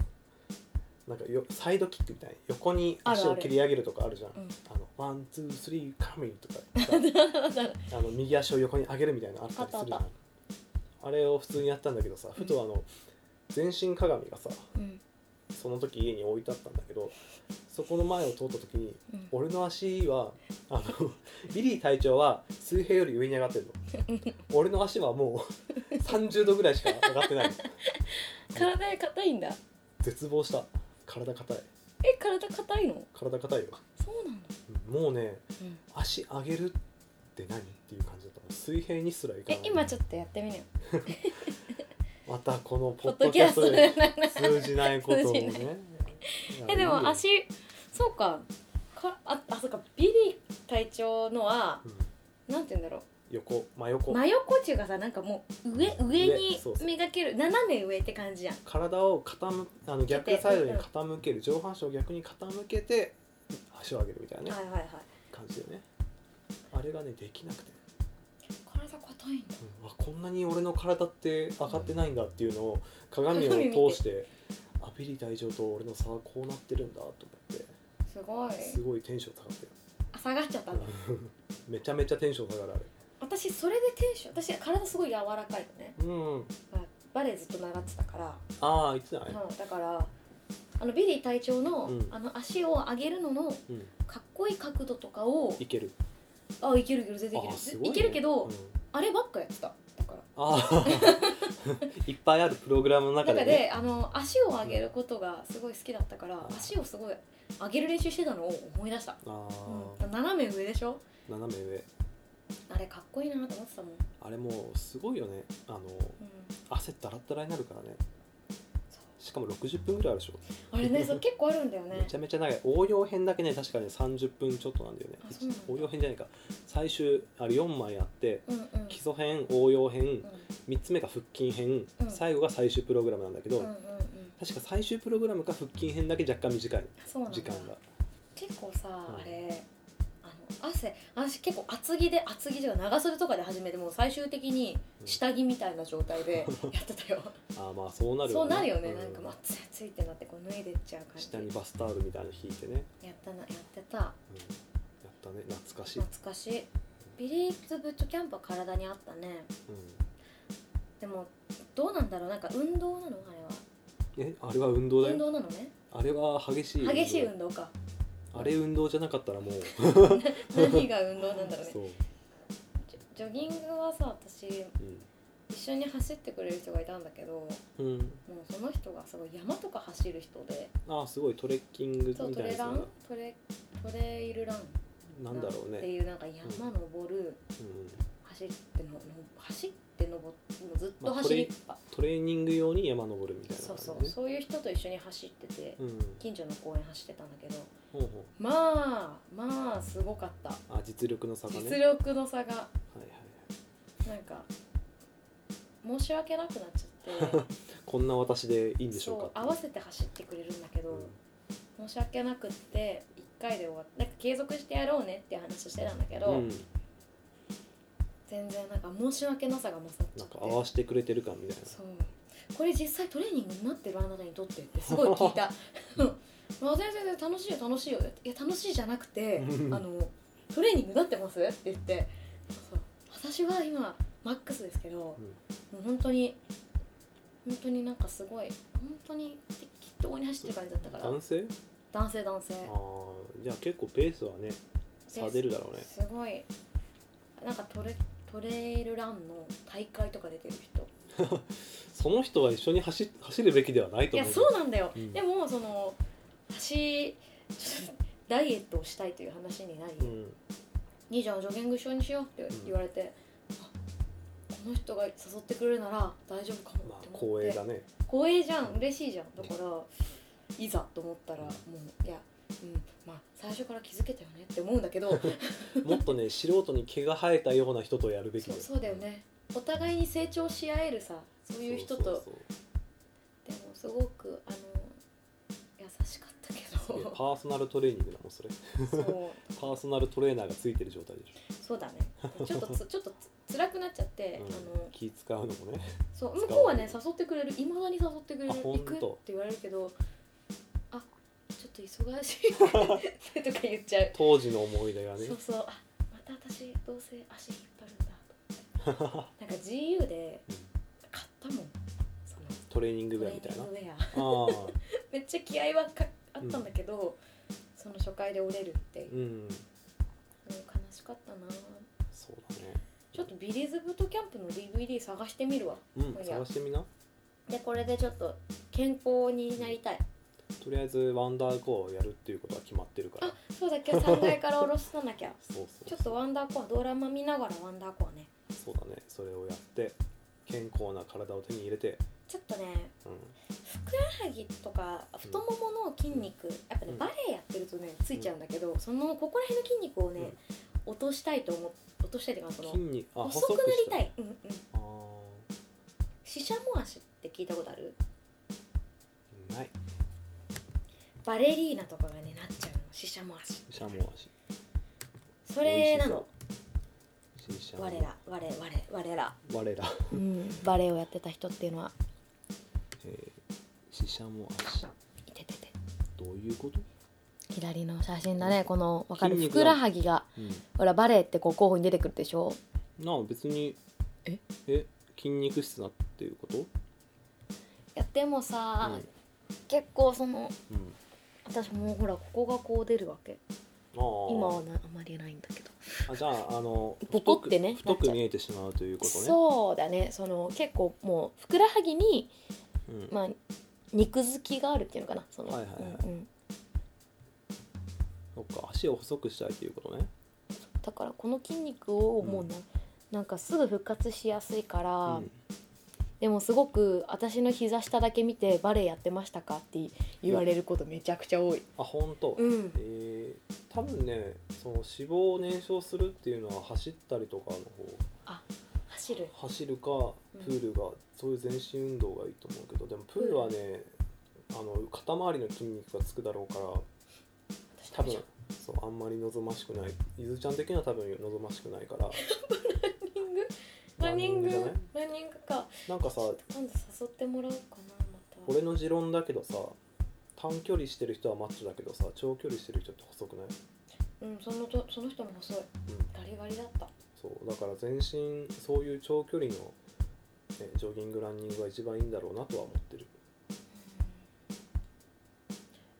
なんかよサイドキックみたいに横に足あるあをる切り上げるとかあるじゃんうんあのワンツースリーカミンと [laughs] かさあの右足を横に上げるみたいなのあったりするじゃあったあんあれを普通にやったんだけどさふとあの全身鏡がさうんその時家に置いてあったんだけどそこの前を通った時にうん俺の足はあのビリー隊長は水平より上に上がってる [laughs] の俺の足はもう30度ぐらいしか上がってないの体硬いんだ絶望した体硬いえ体硬いの体硬いよそうなの、もうねうん足上げるって何っていう感じだったの水平にすらいかなえい今ちょっとやってみなよまたこのポポッッドドキキャャスストトでで通じないことを通じなね [laughs] えでも、い足そうかかああそうかビリー隊長のはやいいようんなんて言うんだろ横真う横真横中がさなんかもう上上にそうそうめがける斜め上って感じじゃん体を傾あの逆サイドに傾ける上半身を逆に傾けて足を上げるみたいなはねいはいはい感じでねあれがねできなくて、体硬いんだうんあこんなに俺の体って上がってないんだっていうのを鏡を通してアピリ体調と俺の差はこうなってるんだと思ってすごいすごいテンション下がってるあ下がっちゃったんだめちゃめちゃテンション下がるあれ私それでテンション私体すごい柔らかいのねうんあバレエずっと習ってたから、ああいつだねうん、だからあのビリー隊長の,、うんあの足を上げるののうんかっこいい角度とかをいけるあいけるいける全然いけあるーすい,、ごいねけるけど、うんあればっかやってただからああ [laughs] いっぱいあるプログラムの中中でで、ね、あの足を上げることがすごい好きだったから、うん足をすごい上げる練習してたのを思い出した、あうあん、斜め上でしょ斜め上あれかっこいいなと思ってたもん、うん、あれもうすごいよねあの汗だらだらになるからねそうしかも60分ぐらいあるでしょ、あれ [laughs] ねそう結構あるんだよねめちゃめちゃ長い応用編だけね確かね30分ちょっとなんだよねあそうなんだ応用編じゃないか最終あれ4枚あってうんうん基礎編応用編うん3つ目が腹筋編、うん最後が最終プログラムなんだけど、うんうんうん確か最終プログラムか腹筋編だけ若干短いそうなんだ時間が結構さ、うんあれあの汗私結構厚着で厚着とか長袖とかで始めてもう最終的に下着みたいな状態 [laughs] でやってたよ、ああまあそうなるそうなるよね、うんなんかもう暑い暑いってなってこう脱いでっちゃう感じ下にバスタオルみたいなの引いてね、やったなやってたうんやったね懐かしい、うん懐かしいビリーズブットキャンプは体にあったねでもどうなんだろうなんか運動なのあれはえあれは運動だよ運動なのねあれは激しい動激しい運動 [laughs] かあれ運動じゃなかったらもう何が運動なんだろうねそう、ジョジョギングはさ私一緒に走ってくれる人がいたんだけどもうんうん、うその人がすごい山とか走る人でああすごいトレッキングみたそいうトなやレつラだントレトレイルランななんだろうってね、いうなんか山登るうん、走ってのの走って登ってもうずっとまあ走りっぱトレーニング用に山登るみたいなそう感じそねうそういう人と一緒に走っててうん近所の公園走ってたんだけどほうほまあまあすごかったうあ実力の差がね実力の差がはいはいはいなんか申し訳なくなっちゃってこんな私でいいん [laughs] でしょうかそう合わせて走ってくれるんだけど、う申し訳なくって1回で終わってなんか継続してやろうねっていう話をしてたんだけど、ん、うん、全然なんか申し訳なさが勝っちゃなんってか合わせてくれてる感みたいなそうこれ実際トレーニングになってるあなたにとってってすごい聞い [laughs] たうんまあ全然全然楽しいよ楽しいよいや楽しいじゃなくてあのトレーニングになってますって言ってそう私は今マックスですけど、もう本当に本当になんかすごい本当に適当に走ってる感じだったから男性男性男性ああじゃあ結構ペースはね差出るだろうねすごいなんかトレトレイルランの大会とか出てる人その人は一緒に走走るべきではないとい思やうそうなんだよ、うんでもその私ちょっと [laughs] ダイエットをしたいという話になり、うん兄ちゃんはジョギング一緒にしようって言われて、あこの人が誘ってくれるなら大丈夫かもまあって思っ光て、栄だね光栄じゃん嬉しいじゃんだからいざと思ったらもういやうんまあ最初から気づけたよねって思うんだ [laughs] けどもっとね素人に毛が生えたような人とやるべきそうそうだよねお互いに成長し合えるさそういう人とそうそうそうでもすごくあの優しかったけすげえどパーソナルトレーニングだもんそれ [laughs] そうパーソナルトレーナーがついてる状態でしそうだねちょっと [laughs] つちょっとつ辛くなっちゃって、ょ、あうんの気使うのもねそう使う向こうはね誘ってくれるいまだに誘ってくれるあほ行んくとって言われるけどあちょっと忙し [laughs] いとか言っちゃう、当時の思い出がねそうそうあまた私どうせ足引っ張るんだとなんか GU でうん買ったもんそのトレーニングトウレェーアニみたいンなグウェア [laughs] ああめっちゃ気合はかあったんだけど、その初回で折れるって、うもうん悲しかったなそうだねちょっとビリーズブートキャンプの DVD 探してみるわうんいや探してみなでこれでちょっと健康になりたいとりあえずワンダーコアをやるっていうことは決まってるからあそうだ今日3階から下ろさなきゃ [laughs] そうちそょうっとワンダーコアドラマ見ながらワンダーコアねそうだねそれをやって健康な体を手に入れて、ちょっとねうふくらはぎとか太ももの筋肉やっぱねうんバレエやってるとねついちゃうんだけどそのここら辺の筋肉をね落としたいと思っ落としたいっていうかそん、の筋肉あ細くなりたいいうんうんあシシャモ足って聞いたことあるーないバレリーナとかがねなっちゃうのシシャモ足シャモ足それなの美味しそう我ら我我我ら我ら、うんバレエをやってた人っていうのはえー、シシャモ足いてててどういうこと、左の写真だねこのわかる筋ふ肉がくらはぎがうん、ほらバレエってこう候補に出てくるでしょなあ別にええ筋肉質なっていうこといやでもさ、うん結構そのうん私もうほらここがこう出るわけあー今はなあまりないんだけどあじゃああのボコってね太なっちゃく太くう見えてしまうということねそうだねその結構もうふくらはぎに、うんまあ、肉付きがあるっていうのかなその、はいはいはいうんうん、そっか足を細くしたいということねだからこの筋肉をもうな,、なんかすぐ復活しやすいから、うんでもすごく私の膝下だけ見てバレエやってましたかって言われることめちゃくちゃ多い、あ本当、うん、えー多分ねその脂肪を燃焼するっていうのは走ったりとかの方走走る走るかプールが、そういう全身運動がいいと思うけどでもプールはね、あの肩周りの筋肉がつくだろうから私ダ多メ分じゃんそうあんまり望ましくない伊豆ちゃん的には多分望ましくないからランニングランニングランニンじゃないグランニングかなんかちさょっと今度誘ってもらおうかなまた俺の持論だけどさ短距離してる人はマッチョだけどさ長距離してる人って細くない、うんそのとその人も細いうん、ガリガリだったそうだから全身そういう長距離の、ね、ジョギングランニングが一番いいんだろうなとは思ってる、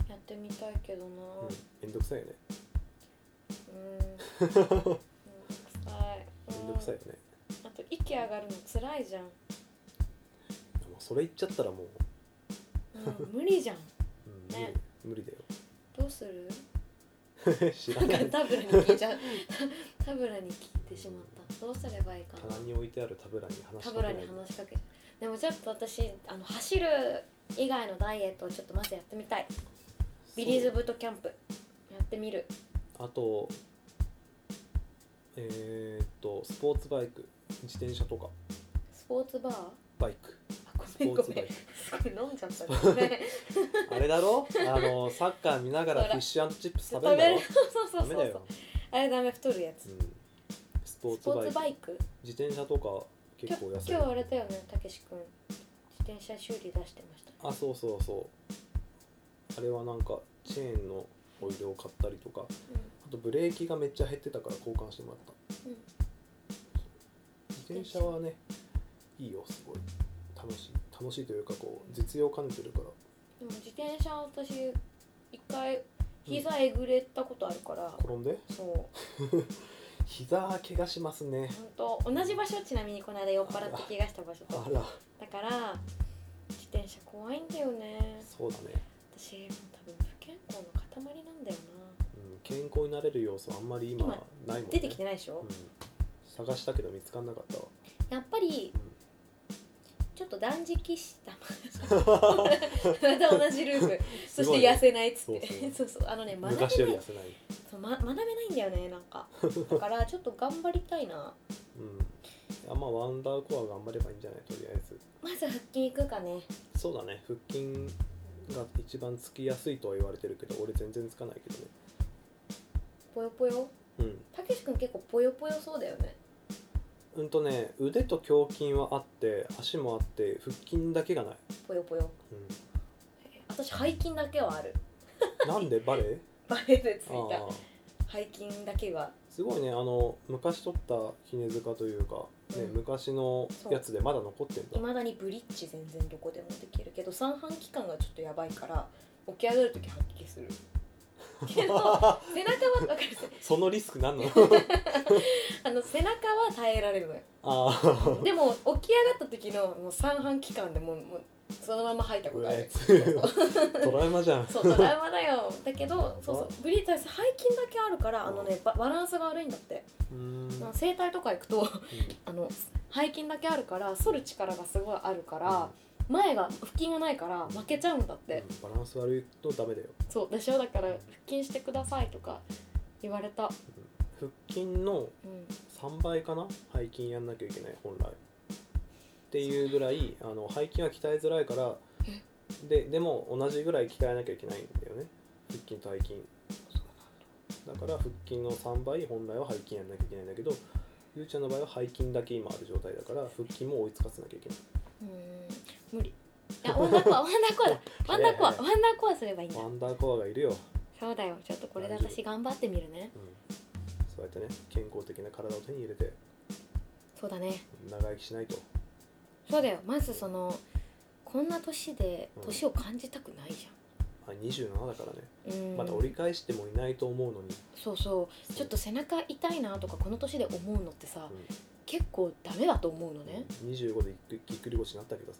やってみたいけどなうん、めんどくさいよねうん、めんどくさいめんどくさいよね、うんあと息上がるの辛いじゃん、もうそれ言っちゃったらもう、うん、無理じゃんうんね無理無理どうするだよ知らなないんかタブラに聞いちゃう [laughs] タブラに聞いてしまったどうすればいいかな棚に置いてあるタブラに話しタブかけなラいに話しかけでもちょっと私あの走る以外のダイエットをちょっとまずやってみたいビリーズブートキャンプやってみるそうあとえー、っとスポーツバイク自転車とかスポーツバーあバイ [laughs] クごめんごめんす [laughs] ごい飲んじゃったごめんあれだろあのサッカー見ながらそフらィッシュチップス食食べべるんだろるそうそうダそメうそだうよ、あれダメ太るやうつん、スポースツポバイークツバイク自転車とか今結構安日い今日あれだよねたけし君自転車修理出してましたあそうそうそうあれはなんかチェーンのオイルを買ったりとかあとブレーキがめっちゃ減ってたから交換してもらっうん、うん、た自転車はねいいよすごい楽しい楽しいというかこう実用兼ねてるからでも自転車私一回膝えぐれたことあるから、転んでそう膝怪我しますね本当同じ場所ちなみにこの間酔っ払って怪我した場所あらだから自転車怖いんだよねそうだね、私多分不健康の塊なんだよなうん、健康になれる要素あんまり今今ないもんね出てきてないでしうょん、探したけど見つかんなかったわやっぱりうんちょっと断食した [laughs] また同じループそして痩せないっつってそうそうあのね学べない昔より痩せない、そう、ま、学べないんだよねなんかだからちょっと頑張りたいなうんあまあワンダーコア頑張ればいいんじゃないとりあえずまず腹筋いくかねそうだね腹筋が一番つきやすいとは言われてるけど俺全然つかないけどねぽよぽようんたけし君結構ぽよぽよそうだよねうんとね腕と胸筋はあって足もあって腹筋だけがない、ぽよぽよう私背筋だけはあるん、なんでバレエバレー [laughs] でついああた背筋だけはすごいねあの昔撮った杵塚というか、ねうん昔のやつでまだ残ってんいだまだにブリッジ全然どこでもできるけど三半規管がちょっとやばいから起き上がるとき発揮するけど背中は分かる [laughs] そのリスクなんなのあの背中は耐えられるのよ [laughs] ああでも起き上がった時のもう三半規管でもうもうそのまま吐いたことあるトラウマじゃんそうトラウマだよだけどそうそうブリッジは背筋だけあるからあのねババランスが悪いんだってうーんあの整体とか行くと [laughs] あの背筋だけあるから反る力がすごいあるから、前が腹筋がないから負けちゃうんだっうんて、バランス悪いとダメだよそうでしょだから腹筋してくださいとか言われた、腹筋のうん、 3倍かな背筋やんなきゃいけない本来っていうぐらいあの背筋は鍛えづらいからででも同じぐらい鍛えなきゃいけないんだよね腹筋と背筋だから腹筋の3倍本来は背筋やんなきゃいけないんだけどゆうちゃんの場合は背筋だけ今ある状態だから腹筋も追いつかせなきゃいけないうん無理いやワンダーコアワンダーコアだワ [laughs] ンダーコアワンダーコアすればいいんだワンダーコアがいるよ、そうだよちょっとこれで私頑張ってみるねうん、そうやってね健康的な体を手に入れてそうだね長生きしないとそうだよまずそのこんな年で年を感じたくないじあ27だからねゃん、うん、まだ折り返してもいないと思うのにそうそうちょっと背中痛いなとかこの年で思うのってさ、うん結構ダメだと思うのね25でぎっくぎっくり腰になったけどさ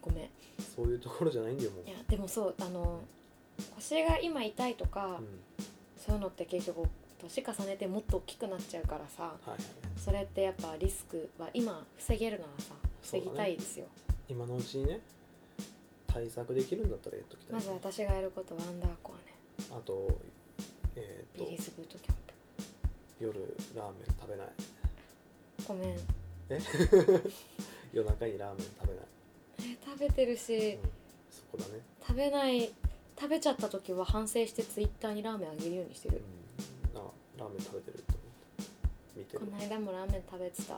ごめんいそういうところじゃないんだよもうやでもそうあの腰が今痛いとか、うんそういうのって結局年重ねてもっと大きくなっちゃうからさはいはい、それってやっぱリスクは今防げるならさそ防うだぎねたいですよ、今のうちにね対策できるんだったらやっときたい、まず私がやることはアンダーコアねあとえービっリーとズブートキャンプ夜ラーメン食べないごめん [laughs] 夜中にラーメン食べない、ね食べてるしうんそこだね、食べない食べちゃった時は反省してツイッターにラーメンあげるようにしてるうん、あラーメン食べてると思って見てこるの間もラーメン食べてたい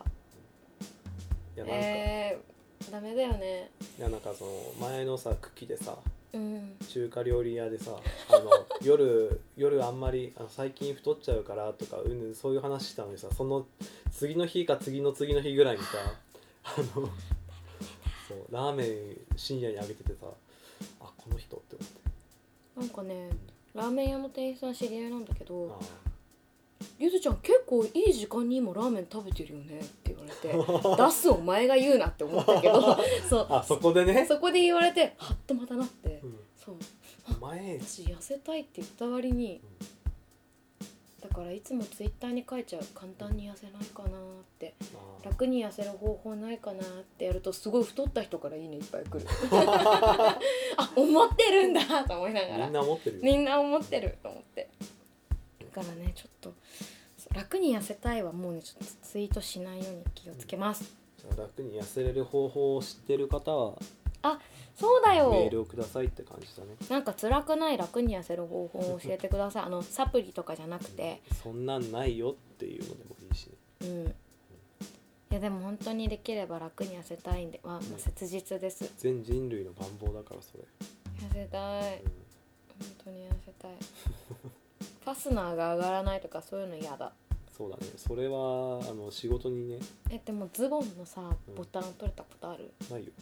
やなんか、えー、ダメだよねいやなんかその前のさ茎でさうん中華料理屋でさあの [laughs] 夜夜あんまりあの最近太っちゃうからとかうんうんそういう話したのにさその次の日か次の次の日ぐらいにさあのそうラーメン深夜にあげててさあこの人ってなんかね思ラーメン屋の店員さん知り合いなんだけどって「ゆずちゃん結構いい時間に今ラーメン食べてるよね」って言われてあ「出すお前が言うな」って思ったけ [laughs] どそうあそこでね、そこで言われてはっとまたなってうんそう前私痩せたいって言った割にだからいつもツイッターに書いちゃう簡単に痩せないかなってあ楽に痩せる方法ないかなってやるとすごい太った人からいいねいっぱい [laughs] 来るあ思ってるんだと思いながみらんな持ってるよ、みんな思ってると思ってだからねちょっとそう楽に痩せたいはもうねちょっとツイートしないように気をつけます、楽に痩せれる方法を知ってる方はそうだメーよルをくださいって感じだねなんか辛くない楽に痩せる方法を教えてく [laughs] ださいあのサプリとかじゃなくてそんなんないよっていうのでもいいしねうんいやでも本当にできれば楽に痩せたいんでは、まあうん切実です全人類の願望だからそれ、痩せたいうん本当に痩せ [laughs] たいファスナーが上がらないとかそういうの嫌だそうだねそれはあの仕事にねえでもズボンのさうんボタン取れたことある、ないよ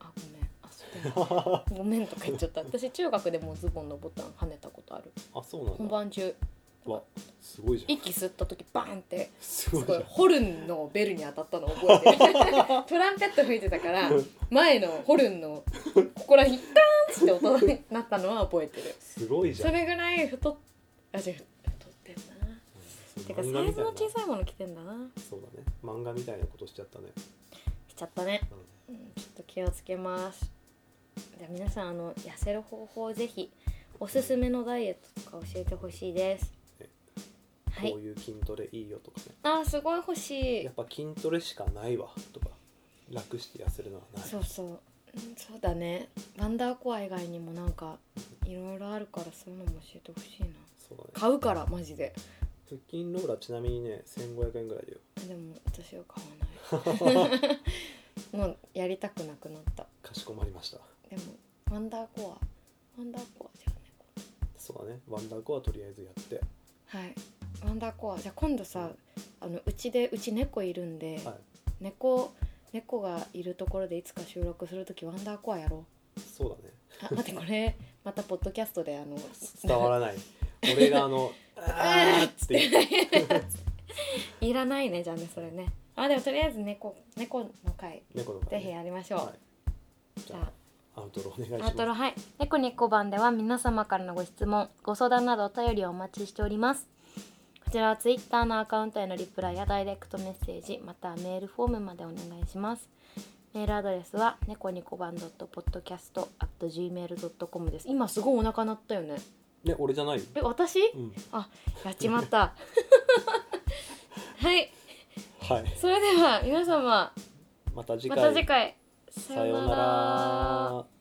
あごめんあそうだよごめんとか言っちゃ [laughs] った私中学でもうズボンのボタン跳ねたことあるあそうなん本だ番中わすごいじゃん息吸った時バーンってすすごいじごゃいんホルンのベルに当たったの覚えて [laughs] るトランペット吹いてたから前のホルンのここら辺ダーンって音になったのは覚えてるすごいじそゃんれぐらい太っあ違う太ってんなうんてかサ漫画イみズたのいな小さいもの着てんだなそうだね漫画みたいなことしちゃったね、着ちゃったねうんうんちょっと気をつけますじゃあ皆さんあの痩せる方法ぜひおすすめのダイエットとか教えてほしいですねはいこういう筋トレいいよとかねあーすごい欲しいやっぱ筋トレしかないわとか楽して痩せるのはないそうそううんそうだねワンダーコア以外にもなんかいろいろあるからそういうのも教えてほしいなそうだね買うからマジで腹筋ローラーちなみにね1500円ぐらいだよでも私は買わ [laughs] ない [laughs] もうやりたくなくなったかしこまりましたでもワンダーコアワンダーコアじゃねそうだねワンダーコアとりあえずやってはいワンダーコアじゃあ今度さあのうちでうち猫いるんで、はい猫猫がいるところでいつか収録するときワンダーコアやろうそうだねあ待ってこれまたポッドキャストであの伝わら [laughs] ない俺があの「あーっ」つって [laughs] いらないねじゃあねそれねあでもとりあえず猫猫の回猫の声ぜねひやりましょう、はいじじゃゃああアウトロお願いしアまウすトロはい「猫にこ番」では皆様からのご質問ご相談などお便りをお待ちしておりますこちらはツイッターのアカウントへのリプライやダイレクトメッセージまたはメールフォームまでお願いしますメールアドレスは猫にこばん .podcast.gmail.com です今すごいお腹鳴ったよねね俺じゃないよえ私うんやっちまった [laughs] はいはいそれでは皆様また次ま回た次回さようなら